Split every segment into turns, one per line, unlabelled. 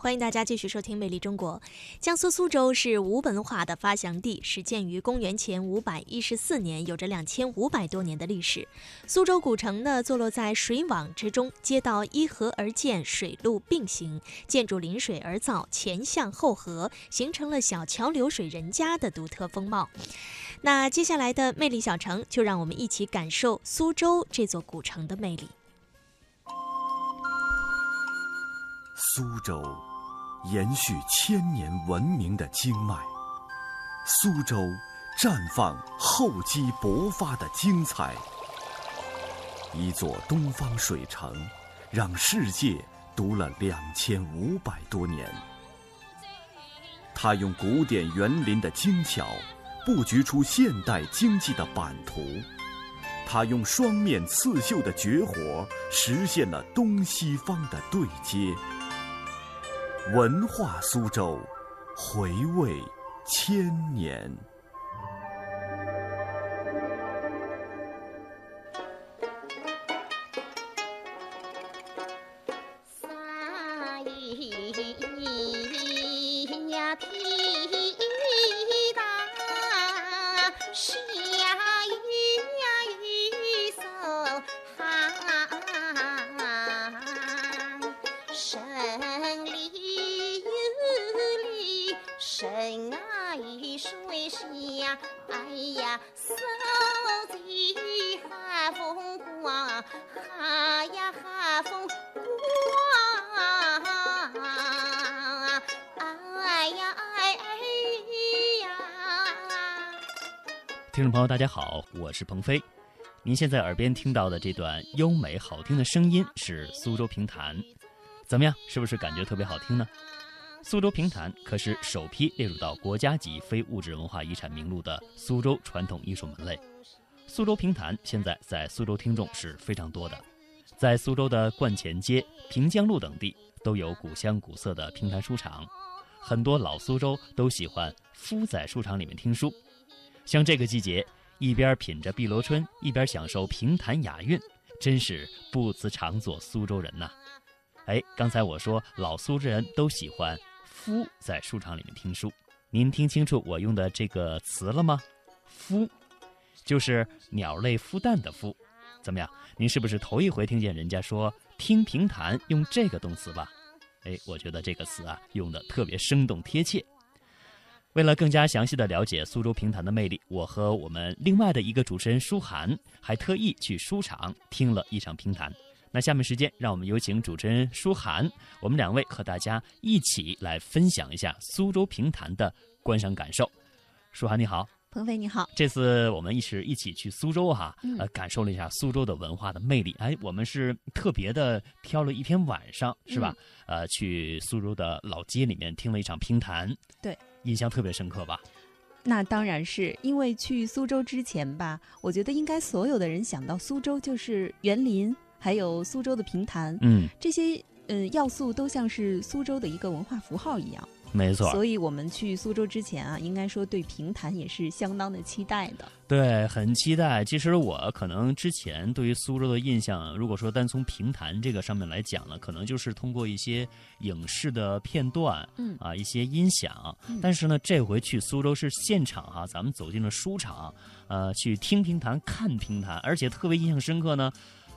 欢迎大家继续收听《美丽中国》。江苏苏州是吴文化的发祥地，始建于公元前五百一十四年，有着两千五百多年的历史。苏州古城呢，坐落在水网之中，街道依河而建，水陆并行，建筑临水而造，前巷后河，形成了小桥流水人家的独特风貌。那接下来的魅力小城，就让我们一起感受苏州这座古城的魅力。
苏州延续千年文明的经脉，苏州绽放厚积薄发的精彩。一座东方水城，让世界读了两千五百多年。它用古典园林的精巧，布局出现代经济的版图。它用双面刺绣的绝活，实现了东西方的对接。文化苏州，回味千年。
三一呀，皮大下雨呀，雨手寒，神里有里，神啊一水下，哎呀，手的寒风刮，哈呀哈风刮，哎呀哎呀。
听众朋友，大家好，我是鹏飞。您现在耳边听到的这段优美好听的声音是苏州评弹，怎么样？是不是感觉特别好听呢？苏州评弹可是首批列入到国家级非物质文化遗产名录的苏州传统艺术门类。苏州评弹现在在苏州听众是非常多的，在苏州的观前街、平江路等地都有古香古色的评弹书场，很多老苏州都喜欢夫在书场里面听书。像这个季节，一边品着碧螺春，一边享受评弹雅韵，真是不辞常作苏州人呐、哎，刚才我说老苏州人都喜欢“夫”在书场里面听书，您听清楚我用的这个词了吗？“夫”就是鸟类孵蛋的“孵”，怎么样？您是不是头一回听见人家说听评弹用这个动词吧？哎，我觉得这个词啊用的特别生动贴切。为了更加详细的了解苏州评弹的魅力，我和我们另外的一个主持人舒涵还特意去书场听了一场评弹。那下面时间，让我们有请主持人舒涵，我们两位和大家一起来分享一下苏州评弹的观赏感受。舒涵你好，
鹏飞你好，
这次我们一起一起去苏州哈、
嗯
呃，感受了一下苏州的文化的魅力。哎，我们是特别的挑了一天晚上，是吧？呃，去苏州的老街里面听了一场评弹，
对，
印象特别深刻吧？
那当然是因为去苏州之前吧，我觉得应该所有的人想到苏州就是园林，还有苏州的评弹、
嗯，
这些。嗯，要素都像是苏州的一个文化符号一样，
没错，
所以我们去苏州之前啊，应该说对评弹也是相当的期待的。
对，很期待。其实我可能之前对于苏州的印象，如果说单从评弹这个上面来讲呢，可能就是通过一些影视的片段，
嗯
啊，一些音响。
嗯
但是呢，这回去苏州是现场哈、咱们走进了书场，呃，去听评弹、看评弹，而且特别印象深刻呢，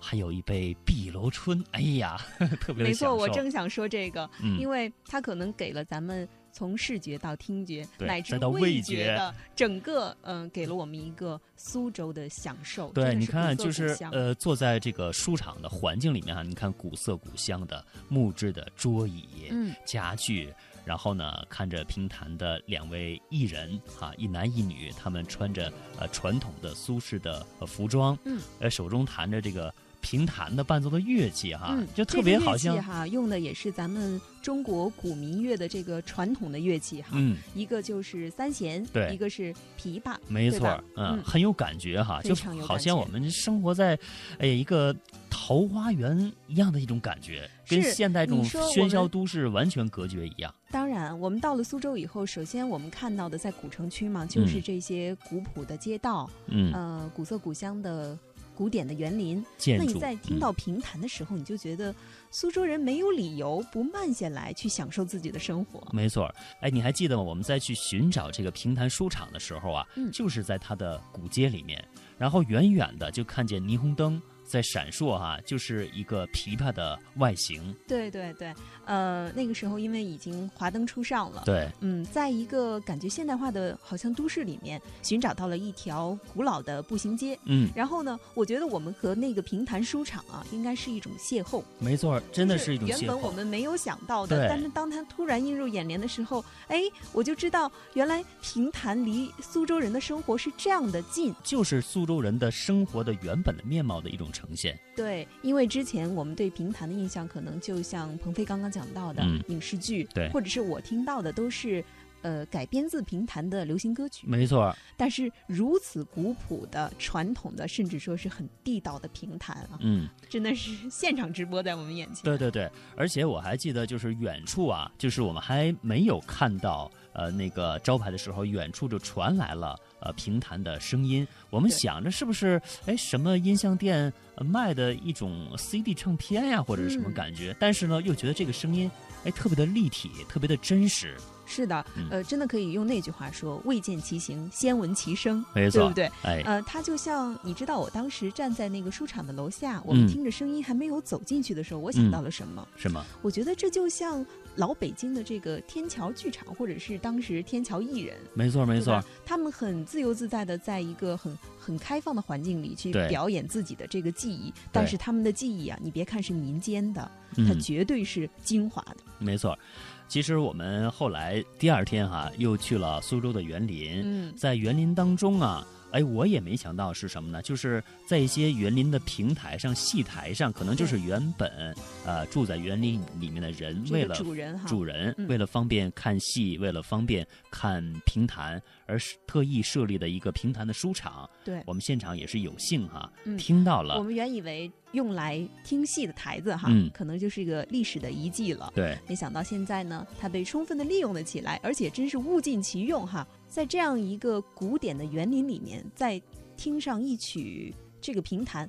还有一杯碧螺春。哎呀， 特别的
没
享
错，
受。
我正想说这个，
嗯
因为它可能给了咱们从视觉到听觉
对
乃至
再到味
味
觉
的整个，嗯、给了我们一个苏州的享受。真
对，
的
你
是
看，
古色
就
古
是
香
呃，坐在这个书场的环境里面啊，你看古色古香的木质的桌椅，
嗯，
家具，然后呢，看着评弹的两位艺人啊，一男一女，他们穿着呃传统的苏式的、呃、服装，
嗯，
呃手中弹着这个评弹的伴奏的乐器哈、
嗯，
啊就
这
特
个
别
乐
好
器
像，
哈，用的也是咱们中国古民乐的这个传统的乐器哈，
嗯，
一个就是三弦，
对
一个是琵琶，
没
对
错
吧，
嗯，
嗯
很有感觉哈，
非
就
常有
好
感
像
觉
我们生活在哎一个桃花源一样的一种感觉，跟
是
现代这
你
种
说我
喧嚣
们
都市完全隔绝一样，
当然，我们到了苏州以后，首先我们看到的在古城区嘛，就是
嗯
这些古朴的街道，
嗯，
呃，古色古香的古典的园林。
建
那
筑。嗯
你在听到评弹的时候，你就觉得苏州人没有理由不慢下来去享受自己的生活。
没错儿，哎，你还记得吗？我们在去寻找这个平潭书场的时候啊，
嗯
就是在它的古街里面，然后远远的就看见霓虹灯在闪烁哈、就是一个琵琶的外形。
对对对，呃，那个时候因为已经华灯初上了，
对，
嗯，在一个感觉现代化的好像都市里面，寻找到了一条古老的步行街。
嗯，
然后呢，我觉得我们和那个评弹书场啊，应该是一种邂逅，
没错儿，真的是一种
就是
邂
原本我
逅。
们没有想到的，
对
但是当它突然映入眼帘的时候，哎，我就知道原来评弹离苏州人的生活是这样的近。
就是苏州人的生活的原本的面貌的一种呈现，
对，因为之前我们对评弹的印象，可能就像鹏飞刚刚讲到的
嗯
影视剧，
对
或者是我听到的都是，呃，改编自评弹的流行歌曲。
没错儿，
但是如此古朴的、传统的，甚至说是很地道的评弹啊，
嗯，
真的是现场直播在我们眼前。
对对对，而且我还记得，就是远处啊，就是我们还没有看到呃那个招牌的时候，远处就传来了呃评弹的声音。我们
对
想着是不是哎什么音像店、呃卖的一种 CD 唱片呀、或者是什么
嗯
感觉？但是呢，又觉得这个声音哎特别的立体，特别的真实。
是的
嗯，
呃，真的可以用那句话说：“未见其形，先闻其声”，
没
对
错，
不对？
哎，
呃，它就像你知道，我当时站在那个书场的楼下，我们
嗯
听着声音还没有走进去的时候，我想
嗯
到了什么？
什么？
我觉得这就像老北京的这个天桥剧场，或者是当时天桥艺人，
没错没
对吧
错，，
他们很自由自在的在一个很很开放的环境里去
对
表演自己的这个技艺，但
对
是他们的技艺啊，你别看是民间的，它
嗯。
绝对是精华的。
没错儿，其实我们后来第二天哈、又去了苏州的园林，
嗯
在园林当中啊，哎，我也没想到是什么呢？就是在一些园林的平台上、戏台上，可能就是原
嗯
本呃住在园林里面的人，
这
为
个
了
主人哈，
主人、
嗯
为了方便看戏，为了方便看评弹，而是特意设立的一个评弹的书场。
对
我们现场也是有幸哈、
嗯
听到
我
了，
们原以为用来听戏的台子哈，
嗯
可能就是一个历史的遗迹了。
对，
没想到现在呢，它被充分的利用了起来，而且真是物尽其用哈。在这样一个古典的园林里面，再听上一曲这个评弹，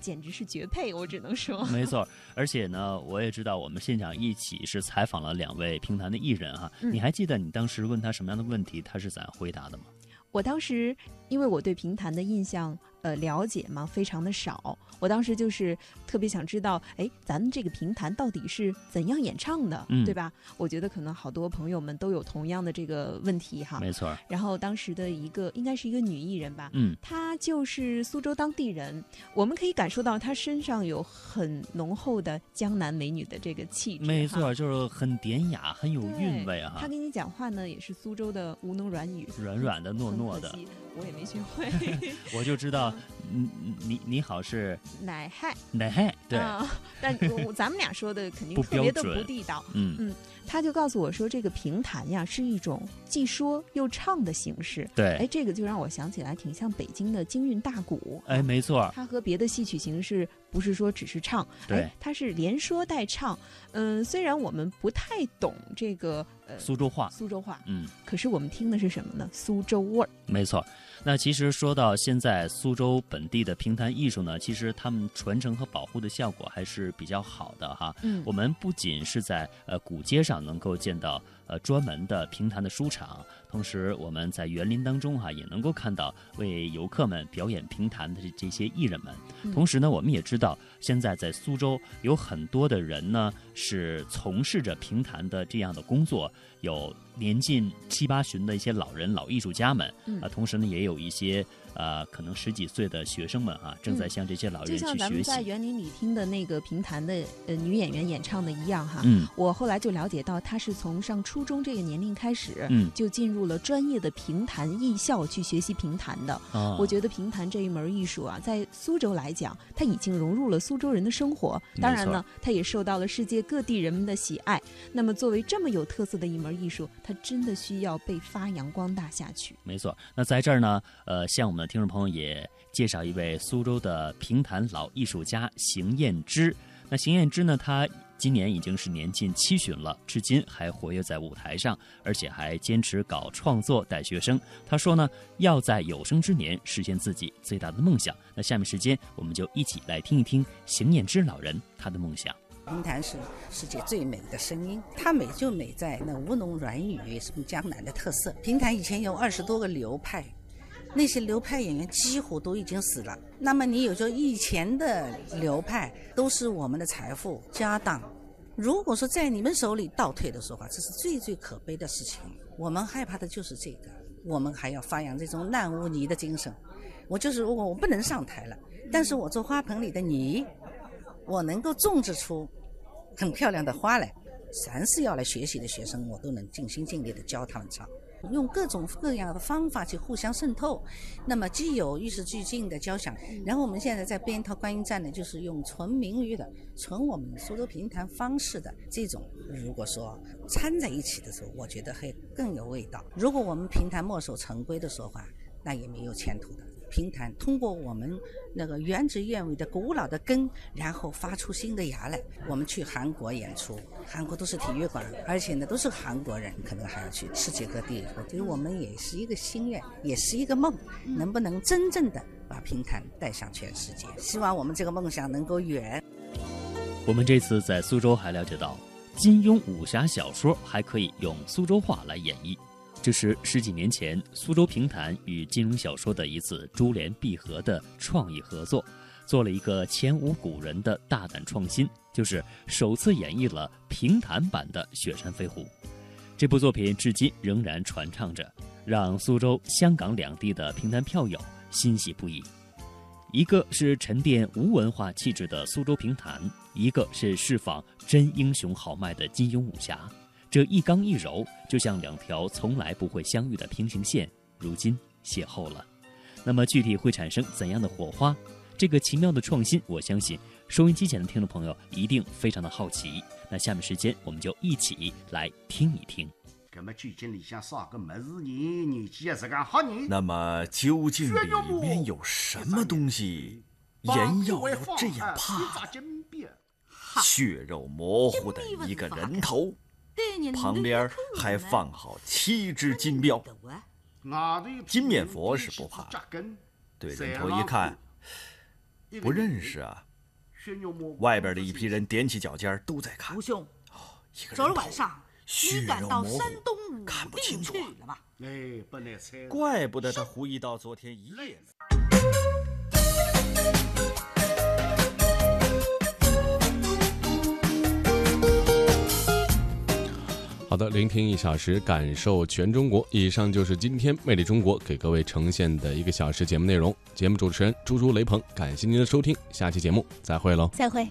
简直是绝配，我只能说。
没错，而且呢，我也知道我们现场一起是采访了两位评弹的艺人哈、
嗯
你还记得你当时问他什么样的问题，他是咋回答的吗？
我当时因为我对评弹的印象呃了解嘛，非常的少，我当时就是特别想知道，哎，咱们这个评弹到底是怎样演唱的，
嗯
对吧？我觉得可能好多朋友们都有同样的这个问题哈。
没错，
然后当时的一个应该是一个女艺人吧，
嗯，
她就是苏州当地人，我们可以感受到她身上有很浓厚的江南美女的这个气质。
没
哈，
错，就是很典雅，很有
对
韵味
她
哈，
跟你讲话呢，也是苏州的吴侬软语，
软软的、糯
很
糯
可
的，
惜我也没学会。
我就知道，嗯，你你好是
奶嗨，
奶嗨，对，
啊 但我咱们俩说的肯定
不
特别的
标准
不地道。
嗯，
她就告诉我说，这个评弹呀是一种既说又唱的形式。哎，
对，
这个就让我想起来，挺像北京的京韵大鼓。
哎，没错，
它和别的戏曲形式不是说只是唱，
对
哎，它是连说带唱。嗯，虽然我们不太懂这个呃
苏州话，
苏州话，
嗯。
可是我们听的是什么呢？苏州味儿。
没错，那其实说到现在苏州本地的评弹艺术呢，其实他们传承和保护的效果还是比较好的哈。
嗯
我们不仅是在呃古街上能够见到呃专门的评弹的书场，同时我们在园林当中哈、也能够看到为游客们表演评弹的这这些艺人们。
嗯
同时呢，我们也知道现在在苏州有很多的人呢是从事着评弹的这样的工作，有年近七八旬的一些老人、老艺术家们，
嗯
啊，同时呢也有一些呃可能十几岁的学生们啊，正在
嗯
向这些老
就
人
像
去
咱
学
们在
习。
园林里听的那个评弹的呃女演员演唱的一样哈。
嗯
我后来就了解到，她是从上初中这个年龄开始，
嗯
就进入了专业的评弹艺校去学习评弹的。
啊，
我觉得评弹这一门艺术啊，在苏州来讲，它已经融入了苏州人的生活。当然呢，它也受到了世界各地人们的喜爱。那么，作为这么有特色的一门艺术，它真的需要被发扬光大下去。
没错。那在这儿呢，呃，向我们的听众朋友也介绍一位苏州的评弹老艺术家邢燕之。那邢燕之呢，他今年已经是年近七旬了，至今还活跃在舞台上，而且还坚持搞创作带学生。他说呢，要在有生之年实现自己最大的梦想。那下面时间我们就一起来听一听邢彦之老人他的梦想。
评弹是世界最美的声音，它美就美在那吴侬软语，什么江南的特色。评弹以前有二十多个流派，那些流派演员几乎都已经死了。那么你有时候以前的流派都是我们的财富、家当，如果说在你们手里倒退的时候啊，这是最最可悲的事情。我们害怕的就是这个，我们还要发扬这种烂污泥的精神。我就是如果我不能上台了，但是我做花盆里的泥，我能够种植出很漂亮的花来。凡是要来学习的学生，我都能尽心尽力的教他们唱，用各种各样的方法去互相渗透。那么既有与时俱进的交响，然后我们现在在编一套观音站呢，就是用纯民语的、纯我们苏州评弹方式的这种，如果说掺在一起的时候，我觉得会更有味道。如果我们评弹墨守成规的说话，那也没有前途的。评弹通过我们那个原汁原味的古老的根，然后发出新的芽来。我们去韩国演出，韩国都是体育馆，而且呢都是韩国人，可能还要去世界各地。所以我们也是一个心愿，也是一个梦，
嗯
能不能真正的把评弹带向全世界？希望我们这个梦想能够圆。
我们这次在苏州还了解到，金庸武侠小说还可以用苏州话来演绎。这是十几年前苏州评弹与金庸小说的一次珠联璧合的创意合作，做了一个前无古人的大胆创新，就是首次演绎了评弹版的《雪山飞狐》。这部作品至今仍然传唱着，让苏州、香港两地的评弹票友欣喜不已。一个是沉淀无文化气质的苏州评弹，一个是释放真英雄豪迈的金庸武侠，这一刚一柔，就像两条从来不会相遇的平行线，如今邂逅了。那么具体会产生怎样的火花？这个奇妙的创新，我相信收音机前的听众朋友一定非常的好奇。那下面时间我们就一起来听一听。
搿么究竟里向啥个物事人年纪也是个好人？
那么究竟里面有什么东西，人要
我
要这样怕？
金币，
血肉模糊的一个人头，旁边还放好七只金镖。
外头
金面佛是不怕
扎根，
对人头一看，不认识啊。
血肉模糊
外边的一批人踮起脚尖儿都在看
吴，兄，
一个人
昨儿
头
晚上
血
你赶
肉
到
模糊
山东武
看不
定
清楚
去
啊
了吧？
哎，不难猜。
怪不得他狐疑到昨天一夜。
好的，聆听一小时，感受全中国。以上就是今天《魅力中国》给各位呈现的一个小时节目内容。节目主持人朱朱雷鹏，感谢您的收听，下期节目再会喽。
再会。